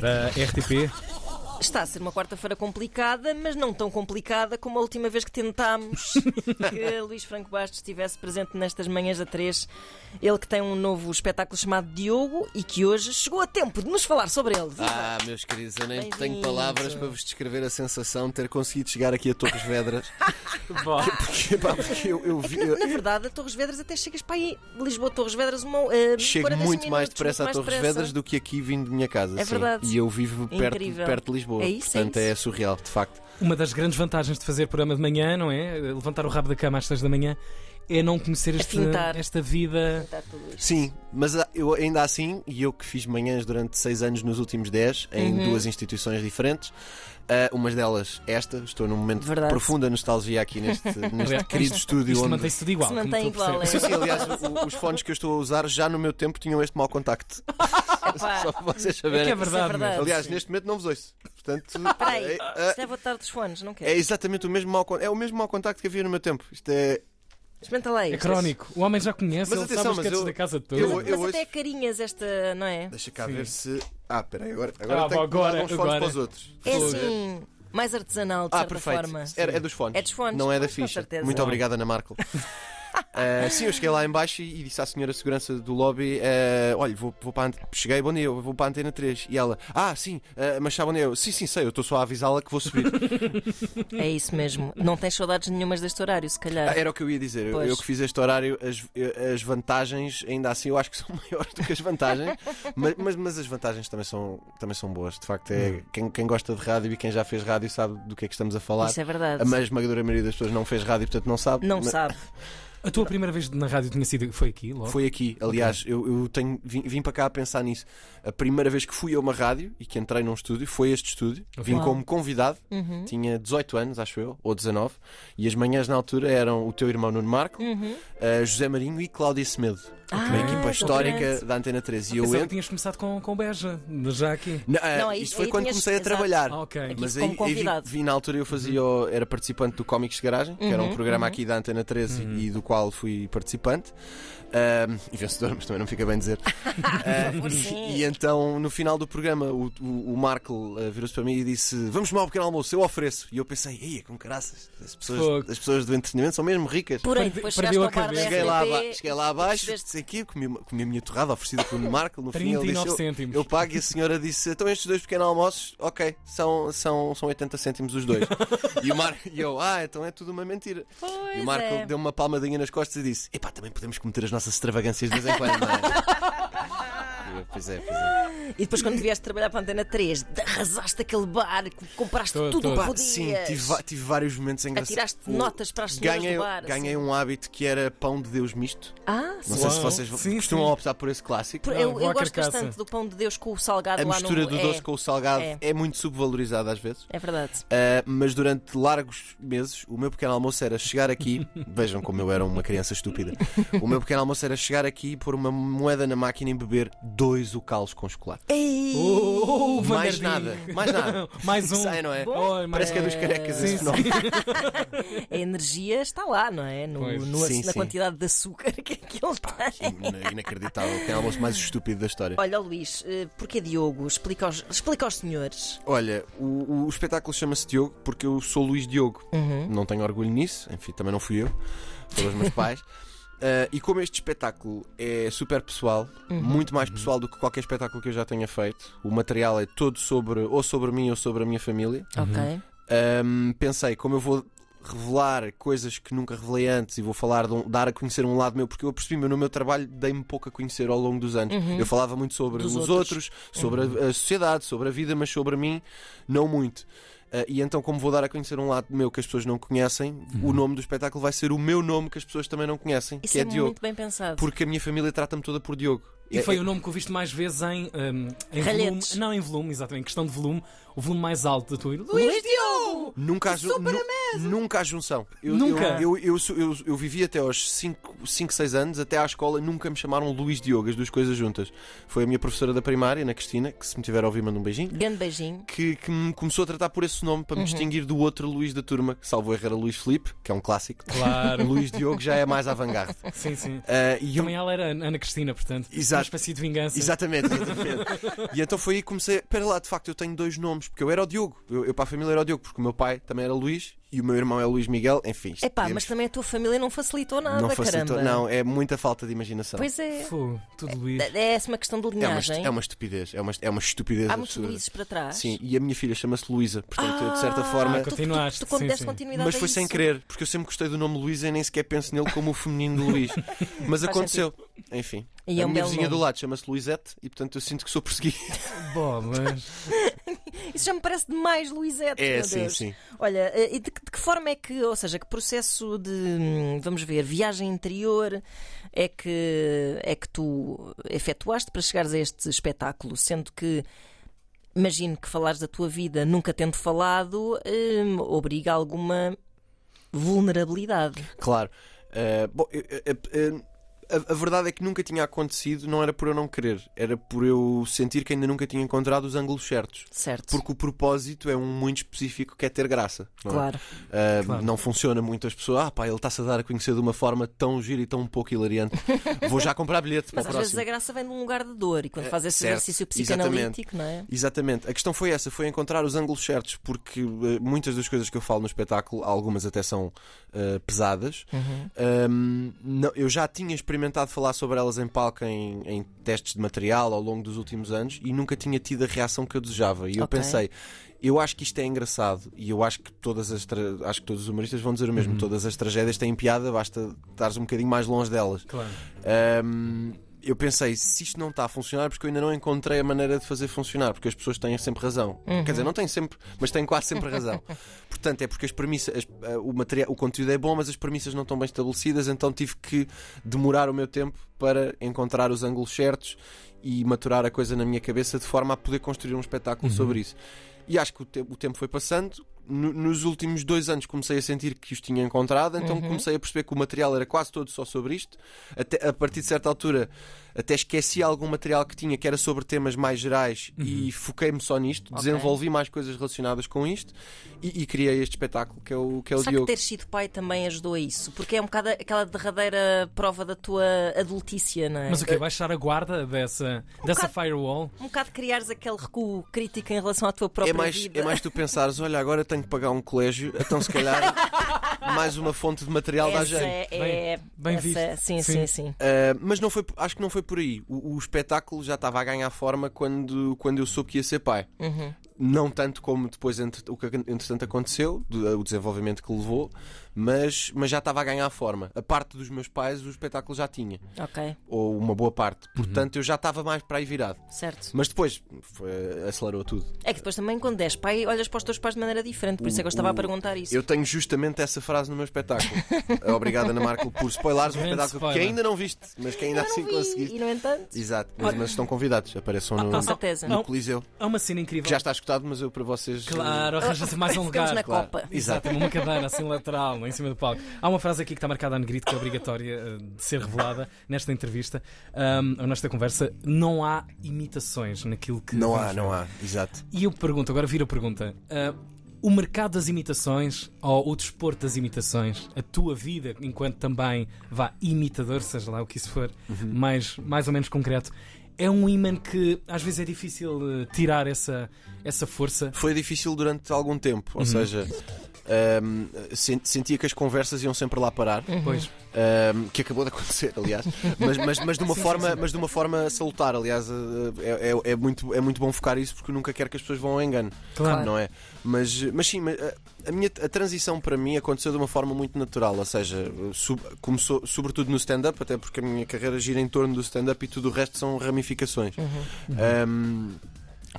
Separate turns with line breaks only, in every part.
da
Eh,
RTP.
Está a ser uma quarta-feira complicada, mas não tão complicada como a última vez que tentámos que Luís Franco Bastos estivesse presente nestas manhãs a três. Ele que tem um novo espetáculo chamado Diogo e que hoje chegou a tempo de nos falar sobre ele.
Ah, meus queridos, eu nem
Bem-vindo.
tenho palavras para vos descrever a sensação de ter conseguido chegar aqui a Torres Vedras.
Bom,
Porque, pá, porque eu, eu vi. eu-
É Na verdade, a Torres Vedras até chegas para aí. Lisboa-Torres Vedras, uma. eh, 45
Chego muito mais
minutos,
depressa
muito
a Torres
depressa.
Vedras do que aqui vindo de minha casa.
É
sim.
verdade. É
E eu vivo perto,
Incrível.
perto de Lisboa.
É isso, é
Portanto,
isso.
é surreal, de facto.
Uma das grandes vantagens de fazer programa de manhã, não é? Levantar o rabo da cama às seis da manhã é não conhecer este-
fintar.
esta vida.
Está tudo isto.
Sim, mas ah, eu ainda assim, e eu que fiz manhãs durante seis anos nos últimos dez, em
Uhum.
duas instituições diferentes, ah, umas delas esta, estou num momento
Verdade.
de profunda nostalgia aqui neste, neste
Aliás,
querido estúdio
Isto
onde
mantém-se tudo igual.
Se
como
mantém
tu percebes.
igual,
Sim,
é.
sim, aliás, o- os fones que eu estou a usar já no meu tempo tinham este mau contacto.
Epá,
Só para vocês
É que
saberem.
é verdade.
verdade.
mesmo.
Aliás, neste momento não vos ouço. Portanto,
Peraí,
é, é-
já vou estar dos fones, não
é
quero.
exatamente o mesmo mau contacto. É o mesmo mau contacto que havia no meu tempo. Isto é.
Experimenta lá
É
isto.
crónico. O homem já conhece,
Mas
ele
atenção,
sabe os
mas
cantos
eu-
da casa toda.
eu-
Mas até
hoje-
é carinhas esta, não é?
Deixa cá
Sim.
ver se. Ah, peraí, agora, agora
Ah,
tenho
bom,
que mudar
agora,
uns fones
agora.
para os outros.
É
Fogo.
assim, mais artesanal, de
Ah,
certa
perfeito.
forma.
É, é dos fones.
É dos fones,
Não é da
pois, com
ficha.
certeza.
Muito
Não.
obrigado, Ana Marco. Ah, sim, eu cheguei lá em baixo e e disse à senhora segurança do lobby: ah, Olha, vou, vou para a ante- cheguei, bom dia, eu vou para a antena 3. E ela: Ah, sim, ah, mas sabe onde é eu? Sim, sim, sei, eu estou só a avisá-la que vou subir.
É isso mesmo. Não tens saudades nenhumas deste horário, se calhar.
Ah, Era o que eu ia dizer. Eu,
Pois.
eu que fiz este horário, as, as vantagens, ainda assim, eu acho que são maiores do que as vantagens, mas, mas, mas as vantagens também são, também são boas. De facto, é, quem, quem gosta de rádio e quem já fez rádio sabe do que é que estamos a falar.
Isso é verdade.
A mais esmagadora maioria das pessoas não fez rádio, portanto não sabe.
Não
Mas
sabe.
A tua primeira vez na rádio tinha sido. Foi aqui, logo.
Foi aqui, aliás, eu, eu tenho, vim, vim para cá a pensar nisso. A primeira vez que fui a uma rádio e que entrei num estúdio foi este estúdio. Vim
Uau. Uhum.
como convidado,
Uhum,
tinha 18 anos, acho eu, ou 19, e as manhãs na altura eram o teu irmão Nuno Marco,
uhum.
eh, José Marinho e Cláudia Semedo, uma
Ah,
equipa
tão
histórica
grande.
da Antena 13. E eu
Pensava que
entro.
tinhas começado com, com Beja, já aqui.
Não, eh,
Não, aí-
isto foi
aí
quando
tinhas-
comecei a
exato.
trabalhar.
Ah, ok.
Aqui.
Mas
como
aí, aí
convidado.
vi, vi na altura eu fazia, o- era participante do Comics Garagem, que era um
Uhum,
programa aqui da Antena 13 e do qual fui participante. Ahm, e vencedor, mas também não fica bem dizer. Ah,
favor, sim.
e então, no final do programa, o, o, o Marco ah, virou-se para mim e disse: Vamos tomar um pequeno almoço, eu ofereço. E eu pensei: Ei, com caraças, as pessoas,
Fogo.
as pessoas do entretenimento são mesmo ricas.
Porém,
Perdi-
depois chegaste
perdeu
ao
a
bar da
cabeça.
Cheguei lá, aba-
RTP.
cheguei lá abaixo,
percebeste-
sei aqui, comi, uma- comi a minha torrada oferecida pelo Marco. No fim, ele
39
disse, "Eu-
cêntimos.
eu pago e a senhora disse: Então estes dois pequenos almoços, ok, são, são, são 80 cêntimos os dois. e o Marco, e eu, ah, então é tudo uma mentira.
Pois
e o Marco
é.
deu uma palmadinha nas costas e disse: Epá, também podemos cometer as nossas extravagâncias de vez em quando, não é? E eu, Pois é, pois é.
E depois, quando vieste trabalhar para a Antena 3, arrasaste aquele bar, compraste
Todo,
tudo o
todo.
que
Pá,
podias.
sim, tive, va- tive vários momentos engraçados.
Atiraste
O-
notas para as senhoras
ganhei,
do bar.
Ganhei
assim.
um hábito que era pão de Deus misto.
Ah, sim.
Não sei se
Uau.
vocês
Sim,
costumam
sim.
optar por esse clássico.
Por-
Não,
eu
vou
eu
à
gosto
carcaça.
bastante do pão de Deus com o salgado
A
lá
mistura
no...
do
é,
doce com o salgado
É.
é, muito subvalorizada às vezes.
É verdade.
Uh, mas durante largos meses, o meu pequeno almoço era chegar aqui. vejam como eu era uma criança estúpida. O meu pequeno almoço era chegar aqui, pôr uma moeda na máquina e beber dois ucalos com chocolate.
Ei,
Oh,
mais
Vanderding.
nada, mais nada.
Mais um.
Sei, não é?
Oh, mais-
Parece que é dos carecas
Sim,
esse
sim.
nome.
a energia está lá, não é? No,
Pois.
no-
Sim,
na
sim.
quantidade de açúcar que, que ele tem.
Ina- é Inacreditável. O pequeno almoço mais estúpido da história.
Olha, Luís, eh, porquê Diogo? Explica aos, explica aos senhores.
Olha, o, o espetáculo chama-se Diogo porque eu sou Luís Diogo.
Uhum.
Não tenho orgulho nisso, enfim, também não fui eu, foram os meus pais. Ah, e como este espetáculo é super pessoal, muito mais pessoal do que qualquer espetáculo que eu já tenha feito, o material é todo sobre, ou sobre mim ou sobre a minha família,
Ok.
Ahm, pensei, como eu vou revelar coisas que nunca revelei antes e vou falar de um- dar a conhecer um lado meu, porque eu percebi no meu trabalho dei-me pouco a conhecer ao longo dos anos. Eu falava muito sobre
Dos
os
outros.
outros, sobre a, a sociedade, sobre a vida, mas sobre mim não muito. Ah, e então, como vou dar a conhecer um lado meu que as pessoas não conhecem, o nome do espetáculo vai ser o meu nome que as pessoas também não conhecem,
Isso
que
é,
é, Diogo.
muito bem pensado.
Porque a minha família trata-me toda por Diogo.
E
É-
foi o nome que ouviste mais vezes em, hum, em volume.
Ralhetes.
Não, em volume, exatamente. Em questão de volume, o volume mais alto da tua vida.
Luís Diogo!
Nunca, aju- nu- Nunca à junção. Eu,
Nunca?
Eu, eu, eu sou- eu- eu vivi até aos 5, 6 anos, até à escola, nunca me chamaram Luís Diogo, as duas coisas juntas. Foi a minha professora da primária, Ana Cristina, que se me tiver a ouvir, manda um beijinho.
Grande beijinho.
Que, que me começou a tratar por esse nome para me
Uhum.
distinguir do outro Luís da turma, que salvo erro era Luís Felipe, que é um clássico.
Claro.
Luís Diogo já é mais avant-garde.
sim, sim.
Ah, e eu-
Também ela era Ana Cristina, portanto.
Exato.
Uma espécie de vingança.
Exatamente, exatamente. e então foi aí que comecei. Espera lá, de facto, eu tenho dois nomes, porque eu era o Diogo. Eu, eu para a família era o Diogo, porque o meu pai também era Luís e o meu irmão é Luís Miguel. Enfim, isto
Epá, mas
podíamos-
também a tua família não facilitou nada,
não facilitou.
caramba.
Não, é muita falta de imaginação.
Pois é.
Fu, tudo Luís.
É essa uma questão de
é, uma, estu-
linhagem.
é uma estupidez. É uma, é uma estupidez
Há muitos
absurda.
Luíses para trás.
Sim, e a minha filha chama-se Luísa, portanto, eu, de certa
Ah,
forma.
tu, tu,
Continuaste,
tu, tu
sim,
deste
sim.
continuidade
Mas
a
foi sem
é isso.
querer, porque eu sempre gostei do nome Luísa e nem sequer penso nele como o feminino do Luís. Mas aconteceu. Enfim.
E
a
é um
minha
belo
vizinha
nome.
do lado chama-se Luizete e, portanto, eu sinto que sou perseguido.
Bolas.
Isso já me parece demais, Luizete.
É,
meu
sim,
Deus.
sim.
Olha, eh, e de, que- de que forma é que, ou seja, que processo de, hum, vamos ver, viagem interior é que, é que tu efetuaste para chegares a este espetáculo? Sendo que, imagino que falares da tua vida nunca tendo falado, hum, obriga a alguma vulnerabilidade.
Claro. Eh, bom, eu- eu- eu- eh, a, a verdade é que nunca tinha acontecido, não era por eu não querer, era por eu sentir que ainda nunca tinha encontrado os ângulos certos.
Certo.
Porque o propósito é um muito específico que é ter graça. Não, é?
Claro.
Eh,
Claro.
não funciona muito as pessoas. Ah, pá, ele está-se a dar a conhecer de uma forma tão gira e tão pouco hilariante. Vou já comprar bilhete para
Mas
o
às
próximo.
vezes a graça vem de um lugar de dor e quando
Eh,
faz esse
certo,
exercício
exatamente.
psicanalítico, não é?
Exatamente. A questão foi essa, foi encontrar os ângulos certos, porque eh, muitas das coisas que eu falo no espetáculo, algumas até são eh, pesadas. Ahm, não- eu já tinha experimentado falar sobre elas em palco em, em testes de material ao longo dos últimos anos e nunca tinha tido a reação que eu desejava. E eu
Ok.
pensei, eu acho que isto é engraçado e eu acho que todas as tra- acho que todos os humoristas vão dizer o mesmo, todas as tragédias têm piada, basta estares um bocadinho mais longe delas.
Claro.
Ahm, eu pensei, se isto não está a funcionar, é porque eu ainda não encontrei a maneira de fazer funcionar, porque as pessoas têm sempre razão. Quer dizer, não têm sempre, mas têm quase sempre razão. Portanto, é porque as premissas, as- ah, o, material, o conteúdo é bom, mas as premissas não estão bem estabelecidas, então tive que demorar o meu tempo para encontrar os ângulos certos e maturar a coisa na minha cabeça de forma a poder construir um espetáculo sobre isso. E acho que o, te- o tempo foi passando. No- nos últimos dois anos comecei a sentir que os tinha encontrado, então comecei a perceber que o material era quase todo só sobre isto. Até, a partir de certa altura, até esqueci algum material que tinha que era sobre temas mais gerais e foquei-me só nisto.
Ok.
Desenvolvi mais coisas relacionadas com isto e, e criei este espetáculo que é o, que é o
Será
Diogo.
que ter sido pai também ajudou a isso? Porque é um bocado aquela derradeira prova da tua adultícia, não é?
Mas o quê? Baixar a guarda dessa, dessa
bocado-
firewall?
Um bocado criares aquele recuo crítico em relação à tua própria
É mais,
vida.
é mais tu pensares, olha, agora tenho que pagar um colégio, então se calhar mais uma fonte de material dá
Essa
jeito.
é, é-
Bem- bem
essa-
visto.
Sim, sim, sim.
Sim.
Uh, mas não foi, acho que não foi por aí. O, o espetáculo já estava a ganhar forma quando, quando eu soube que ia ser pai.
Uhum.
Não tanto como depois entre, o que entretanto aconteceu, do- o desenvolvimento que levou, mas, mas já estava a ganhar forma. A parte dos meus pais o espetáculo já tinha,
Ok,
ou uma boa parte. Portanto, eu já estava mais para aí virado.
certo.
Mas depois foi- eh, acelerou tudo.
É que depois também quando és pai, olhas para os teus pais de maneira diferente, por isso é que eu estava a
O-
perguntar isso.
Eu tenho justamente essa frase no meu espetáculo. Obrigado, Ana Marco, por spoilares um
Grande
espetáculo que
spoiler.
ainda não viste, mas que ainda
Eu
assim
não vi,
conseguiste.
E no entanto,
Exato, mas, mas estão convidados, apareçam no,
com certeza.
no Coliseu,
Há É uma cena incrível.
que já está escutado, mas eu para vocês.
Claro, arranja-se mais um
Ficamos
lugar.
na
claro.
copa.
Exato.
Exato, uma cadeira assim lateral, em cima do palco. Há uma frase aqui que está marcada a negrito que é obrigatória eh, de ser revelada nesta entrevista, ahm, ou nesta conversa. Não há imitações naquilo que.
Não há,
vamos
não
ver.
há, exato.
E eu pergunto, agora vira a pergunta: ah, o mercado das imitações ou o desporto das imitações, a tua vida enquanto também vá imitador, seja lá o que isso for,
Uhum.
mais, mais ou menos concreto, é um imã que às vezes é difícil eh, tirar essa, essa força.
Foi difícil durante algum tempo,
Uhum.
ou seja, hum, sen- sentia que as conversas iam sempre lá parar,
Pois,
hum, que acabou de acontecer, aliás, mas, mas, mas, de, uma forma, mas de uma forma salutar, aliás, eh, é, é- é muito, é muito bom focar isso porque eu nunca quero que as pessoas vão ao engano.
claro.
não é? Mas, mas sim, mas, eh, a, a minha a transição para mim aconteceu de uma forma muito natural, ou seja, sub- começou sobretudo no stand-up, até porque a minha carreira gira em torno do stand-up e tudo o resto são ramificações. Ahm,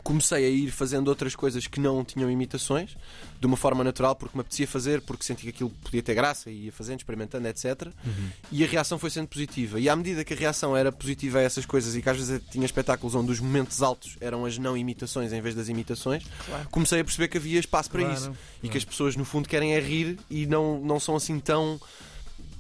comecei a ir fazendo outras coisas que não tinham imitações, de uma forma natural, porque me apetecia fazer, porque senti que aquilo podia ter graça e ia fazendo, experimentando, etc.
Uhum.
E a reação foi sendo positiva. E à medida que a reação era positiva a essas coisas e que às vezes tinha espetáculos onde os momentos altos eram as não imitações em vez das imitações,
Claro.
comecei a perceber que havia espaço para
Claro,
isso. E
claro.
que as pessoas, no fundo, querem é rir e não, não são assim tão.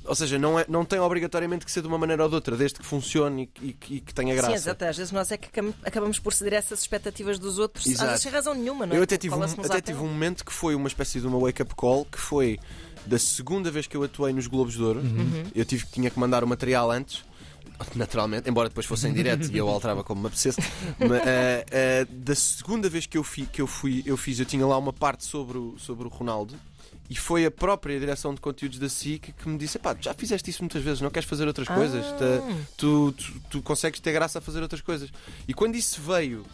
Ou seja, não, é, não tem obrigatoriamente que ser de uma maneira ou de outra, desde que funcione e que- e, que- e que tenha graça.
Sim, exato. Às vezes nós é que acam- acabamos por ceder a essas expectativas dos outros,
Exato.
às vezes sem razão nenhuma, não é?
Eu até tive, um,
Cola-se-nos à
até
pele.
tive um momento que foi uma espécie de uma wake-up call que foi da segunda vez que eu atuei nos Globos de Ouro.
Uhum.
Eu tive, tinha que mandar o material antes. Naturalmente, embora depois fosse em direto e eu alterava como me apetecesse, mas, eh, eh, da segunda vez que eu, fi, que eu fui, eu fiz, eu tinha lá uma parte sobre o, sobre o Ronaldo e foi a própria direção de conteúdos da SIC que me disse: "Epá, já fizeste isso muitas vezes, não queres fazer outras
Ah.
coisas? Tá- tu, tu, tu consegues ter graça a fazer outras coisas. E quando isso veio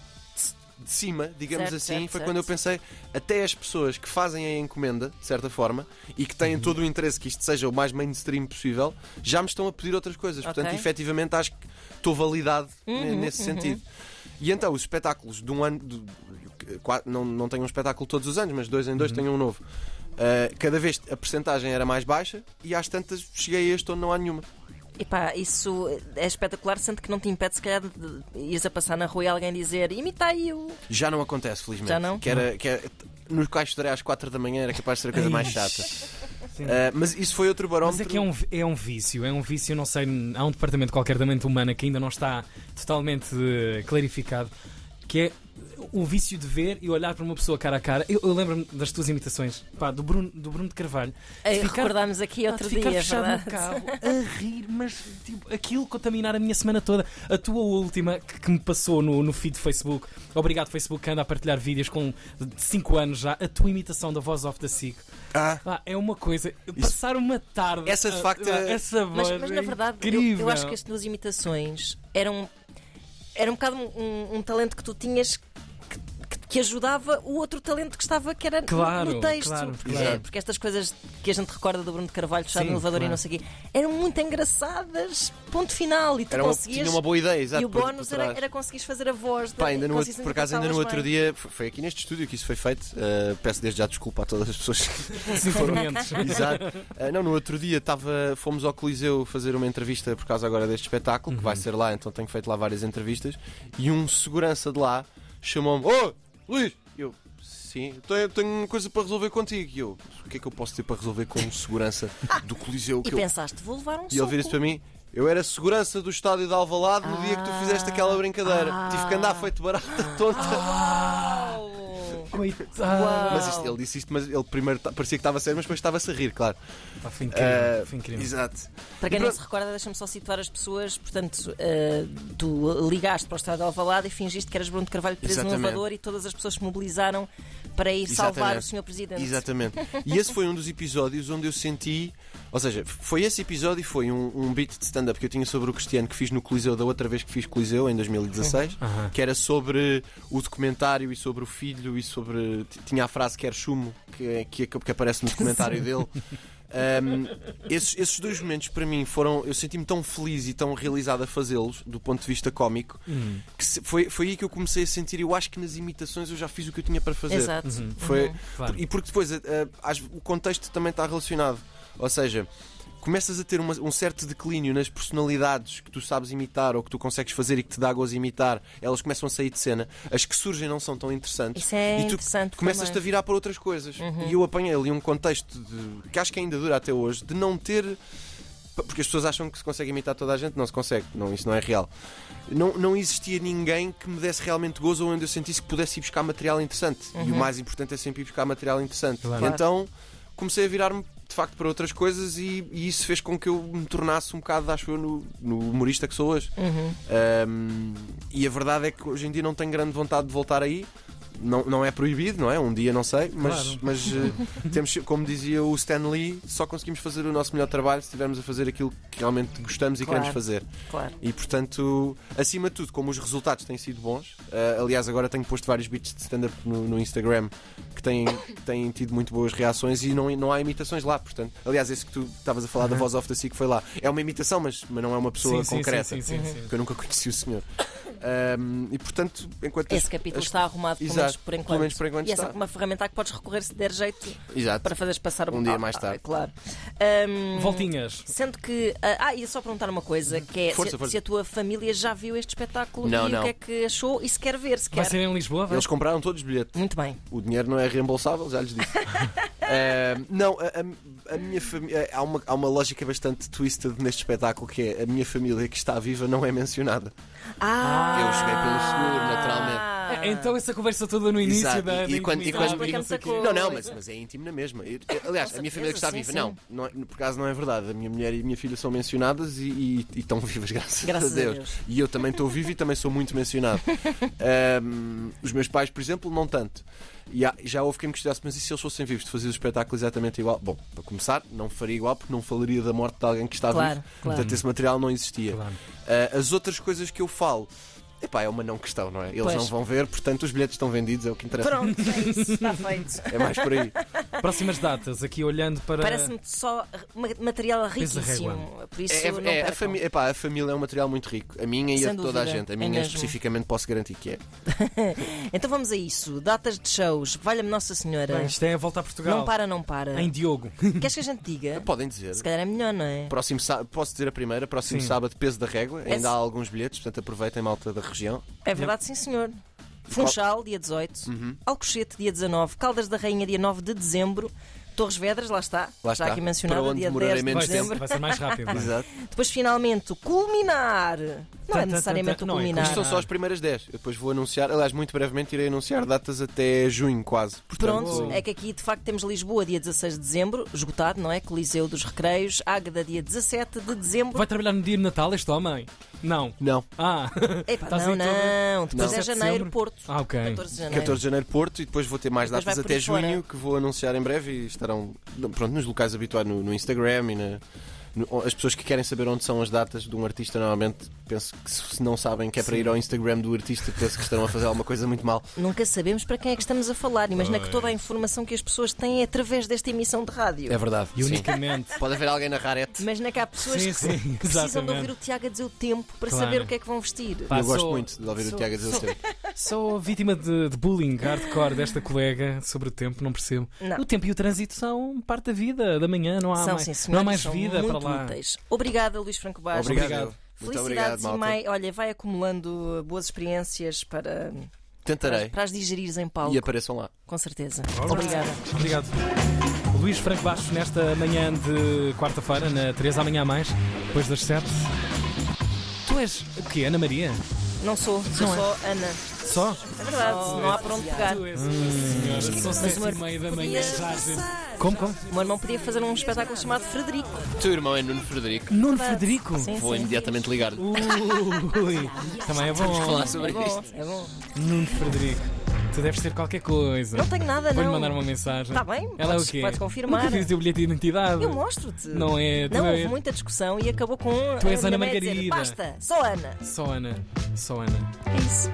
de cima, digamos
Certo,
assim,
certo,
foi
certo.
quando eu pensei, até as pessoas que fazem a encomenda, de certa forma, e que têm todo o interesse que isto seja o mais mainstream possível, já me estão a pedir outras coisas.
Ok.
Portanto, efetivamente, acho que estou validado ne-
Uhum,
nesse
uhum.
sentido. E então, os espetáculos de um ano. de- qua- não, não tenho um espetáculo todos os anos, mas dois em dois tenho um novo. Uh, cada vez a percentagem era mais baixa e às tantas cheguei a este onde não há nenhuma.
Epá, isso é espetacular, sendo que não te impede, se calhar, de de ires a passar na rua e alguém dizer imita aí o.
Já não acontece, felizmente.
Já não?
Que era, que era, nos quais estarei às 4 da manhã era capaz de ser a coisa mais chata.
Sim.
Uh, mas isso foi outro
Mas
barómetro.
é que é um, é um vício, é um vício, não sei, há um departamento qualquer da mente humana que ainda não está totalmente eh, clarificado, que é o vício de ver e olhar para uma pessoa cara a cara. Eu, eu lembro-me das tuas imitações, pá, do Bruno, do Bruno de Carvalho.
Ei,
É ficar-
Eh, Recordámos aqui
Pá,
outro
de ficar
dia, é
fechado um
verdade.
no carro, a rir, mas tipo, aquilo contaminar a minha semana toda. A tua última, que, que me passou no, no feed do Facebook, obrigado Facebook, que anda a partilhar vídeos com 5 anos já, a tua imitação da voz off da SIC.
Ah,
Pá, é uma coisa, passar uma tarde.
Essa, de
a-
facto,
a-
é-
essa voz
Mas, mas, na
é
verdade, eu- eu,
incrível.
acho que as tuas imitações eram. Era um bocado um, um- um talento que tu tinhas que, que- que ajudava o outro talento que estava, que era no-
Claro,
no texto.
claro,
porque,
claro.
porque estas coisas que a gente recorda do Bruno de Carvalho, fechado
Sim,
no elevador
claro.
e não sei o quê, eram muito engraçadas. Ponto final. E tu
era uma,
conseguias.
tinha uma boa ideia, exato.
e o
por- por
bónus era,
trás.
era conseguires fazer a voz da-
Pá, ainda no, outro-
conseguires
por acaso, ainda no
interpretá-las
outro
bem.
dia, foi foi aqui neste estúdio que isso foi feito. Uh, peço desde já desculpa a todas as pessoas
é um
Desenvolvimentos.
Exato. Ah, não, no outro dia tava, fomos ao Coliseu fazer uma entrevista por causa agora deste espetáculo,
Uhum.
que vai ser lá, então tenho feito lá várias entrevistas. E um segurança de lá chamou-me: Ô, Luís! Eu, sim, tenho, tenho uma coisa para resolver contigo. E eu, o que é que eu posso ter para resolver como segurança do Coliseu?
E
que eu...
pensaste, vou levar um
E ele
soco.
vira isso para mim. Eu era segurança do estádio de Alvalade no dia que tu fizeste aquela brincadeira.
Ah.
Tive que andar feito barata tonta.
Uau!
Coitado.
Uau.
Mas isto- ele disse isto, mas ele primeiro ta- parecia que estava a sério, mas depois estava-se a rir, claro.
Pá, foi incrível.
Ah,
foi incrível.
Exato.
Para quem não se recorda, deixa-me só situar as pessoas. Portanto, eh, tu ligaste para o Estado de Alvalade e fingiste que eras Bruno de Carvalho preso
Exatamente.
no elevador e todas as pessoas se mobilizaram para ir salvar
Exatamente.
o Sr. Presidente.
Exatamente. E esse foi um dos episódios onde eu senti. Ou seja, foi esse episódio e foi um, um beat de stand-up que eu tinha sobre o Cristiano que fiz no Coliseu da outra vez que fiz Coliseu, em 2016,
Aham.
que era sobre o documentário e sobre o filho e sobre. t- Tinha a frase quer chumo, que, que, que aparece no documentário dele. Um, esses, esses dois momentos para mim foram. Eu senti-me tão feliz e tão realizado a fazê-los, do ponto de vista cómico,
Hum.
que se- foi, foi aí que eu comecei a sentir. Eu acho que nas imitações eu já fiz o que eu tinha para fazer.
Exato.
Uhum.
Foi,
Claro.
e porque depois eh, eh, às- o contexto também está relacionado. Ou seja, começas a ter uma- um certo declínio nas personalidades que tu sabes imitar ou que tu consegues fazer e que te dá gozo imitar, elas começam a sair de cena. As que surgem não são tão interessantes.
Isso é
e tu
interessante.
começas-te a
também.
virar para outras coisas. E eu apanhei ali um contexto de- que acho que ainda dura até hoje, de não ter. Porque as pessoas acham que se consegue imitar toda a gente, não se consegue, não, isso não é real. Não, não existia ninguém que me desse realmente gozo ou onde eu sentisse que pudesse ir buscar material interessante. E o mais importante é sempre ir buscar material interessante.
Claro.
Então comecei a virar-me de facto para outras coisas e, e isso fez com que eu me tornasse um bocado, acho eu, no, no humorista que sou hoje.
Uhum.
Um, e a verdade é que hoje em dia não tenho grande vontade de voltar aí. Não, não é proibido, não é? Um dia não sei, mas,
Claro.
mas eh, temos, como dizia o Stan Lee, só conseguimos fazer o nosso melhor trabalho se estivermos a fazer aquilo que realmente gostamos e
Claro.
queremos fazer.
Claro.
E portanto, acima de tudo, como os resultados têm sido bons, eh, aliás, agora tenho posto vários bits de stand-up no, no Instagram que têm, que têm tido muito boas reações e não, não há imitações lá, portanto. Aliás, esse que tu estavas a falar da voz off da SIC foi lá. É uma imitação, mas, mas não é uma pessoa
Uhum. sim, sim,
concreta.
Uhum.
Sim, sim, sim, sim.
Porque eu nunca conheci o senhor. Ahm, e portanto, enquanto. as-
Esse capítulo
as-
está arrumado, pelo menos
Exato,
por enquanto.
pelo menos por enquanto
e é
está.
só uma ferramenta a que podes recorrer se der jeito
Exato.
para fazeres passar o
Um dia
Ah,
mais tarde.
ah, Claro. Ahm,
Voltinhas.
Sendo que. Ah, ah, ia só perguntar uma coisa: que é
Força,
se,
força.
se a tua família já viu este espetáculo
Não,
e
não.
o que é que achou e se quer ver, se
Vai
quer.
ser em Lisboa? Vai?
Eles compraram todos os bilhetes.
Muito bem.
O dinheiro não é reembolsável, já lhes disse. Ahm, não, a, a- a minha família. Há uma, há uma lógica bastante twisted neste espetáculo que é a minha família que está viva não é mencionada.
Ah!
Eu cheguei pelo seguro, naturalmente.
Ah, Então essa conversa toda no início
Exato.
da.
E- e
da
quando- e
intimidade
quando-
não sei o quê.
Explicamos a
Não, não, mas,
Pois.
mas é íntima na mesma. Eu- eu- aliás,
Com
a
certeza,
minha família que está
sim,
viva,
sim.
não, não é- por acaso não é verdade. A minha mulher e a minha filha são mencionadas e, e- e estão vivas, graças,
Graças a Deus.
E eu também estou vivo e também sou muito mencionado. Ahm, os meus pais, por exemplo, não tanto. E há- já houve quem me questionasse, mas e se eles fossem vivos, de fazer o espetáculo exatamente igual? Bom, para começar, não faria igual porque não falaria da morte de alguém que está
Claro,
vivo.
claro.
Portanto, esse material não existia.
Claro.
Ah, as outras coisas que eu falo. Epá, é uma não questão, não é? Eles
Pois.
não vão ver, portanto os bilhetes estão vendidos, é o que interessa.
Pronto, é isso, está feito.
É mais por aí.
Próximas datas, aqui olhando para.
Parece-me só ma- material
Pensa
riquíssimo. Por isso,
É,
não
é- a,
percam.
fami- epá, a família é um material muito rico. A minha e a
Sem
de toda a
dúvida,
gente.
é
A minha
mesmo.
especificamente posso garantir que é.
Então vamos a isso. Datas de shows. Valha-me Nossa Senhora.
Bem, isto é a volta a Portugal.
não para, não para.
Em Diogo.
Queres que a gente diga?
Podem dizer.
Se calhar é melhor, não é?
Próximo sá- posso dizer a primeira, próximo
Sim.
sábado, peso da régua.
É
Ainda há
se-
alguns bilhetes, portanto aproveitem malta da região.
É verdade, sim, senhor. Funchal, dia 18.
Uhum.
Alcochete, dia 19. Caldas da Rainha, dia 9 de dezembro. Torres Vedras, lá está.
Lá
já
está.
aqui mencionado,
Para onde
dia
demorarei
10 de
menos
Vai ser,
dezembro.
vai ser mais rápido.
Ah,
vai.
Exato.
Depois, finalmente, o culminar. Não é
tan,
necessariamente o
tan, não é
culminar.
Isto são só as primeiras 10. Eu depois vou anunciar, aliás, muito brevemente irei anunciar datas até junho, quase. Portanto,
Pronto,
Uou.
é que aqui de facto temos Lisboa, dia 16 de dezembro, esgotado, não é? Coliseu dos Recreios. Águeda, dia 17 de dezembro.
Vai trabalhar no dia de Natal este homem? Não.
Não.
Ah,
Epá,
Estás
não,
aí todo-
não. Depois
Não.
é janeiro,
Setembro.
Porto.
ah ok.
14 de janeiro.
14 de janeiro Porto e depois vou ter mais
é? Depois
datas
vai por
até
aí fora.
junho que vou anunciar em breve e estarão pronto, nos locais habituais no, no Instagram e na- no- as pessoas que querem saber onde são as datas de um artista normalmente penso que se se não sabem que é para ir ao Instagram do artista penso que estarão a fazer alguma coisa muito mal.
Nunca sabemos para quem é que estamos a falar. Imagina que toda a informação que as pessoas têm é através desta emissão de rádio.
É.
verdade.
E unicamente.
Pode haver alguém na Rarete.
Imagina que há pessoas
Sim,
que,
sim,
que precisam de
exatamente.
ouvir o Tiago a dizer o tempo para
Claro.
saber o que é que vão vestir.
Pá,
Eu gosto
sou-
muito de ouvir o Tiago dizer o tempo.
Sou vítima de, de bullying hardcore desta colega sobre o tempo, não percebo.
Não.
O tempo e o trânsito são parte da vida, da manhã, não há
são,
mais,
sim, senhores,
não há mais
são
vida
muito
para lá.
úteis. Obrigada, Luís Franco Bastos.
Obrigado.
Obrigado.
Muito
Felicidades
obrigado,
e
malta.
mais. Olha, vai acumulando boas experiências para, para,
Tentarei.
para as digerires em palco,
E apareçam lá.
com certeza. Obrigada.
Obrigado. Luís Franco Bastos, nesta manhã de quarta-feira, na 3 amanhã a mais, depois das 7. Tu és o quê, Ana Maria?
Não sou, sou
Não é.
só Ana.
Só?
É verdade, não há para onde pegar.
és uma senhora, são
Mas o meu- Podias-
Como, como?
O meu irmão podia fazer um espetáculo chamado Frederico.
Teu irmão é Nuno Frederico.
Nuno Frederico?
Sim,
Vou
sim.
imediatamente ligar-lhe.
Ui, também é bom.
Falar
É
sobre isto.
bom, é bom.
Nuno Frederico, tu deves ter qualquer coisa.
Não tenho nada,
Vou-lhe
não.
mandar uma mensagem.
Tá bem,
Ela
podes-
é o quê?
podes confirmar.
Nunca fiz o teu bilhete de identidade.
Eu mostro-te.
Não é, tu
Não,
é-
houve muita discussão e acabou com.
Tu
a
és
minha
Ana
mãe a dizer,
Margarida.
Basta, só Ana.
Só Ana. Só Ana.
É isso.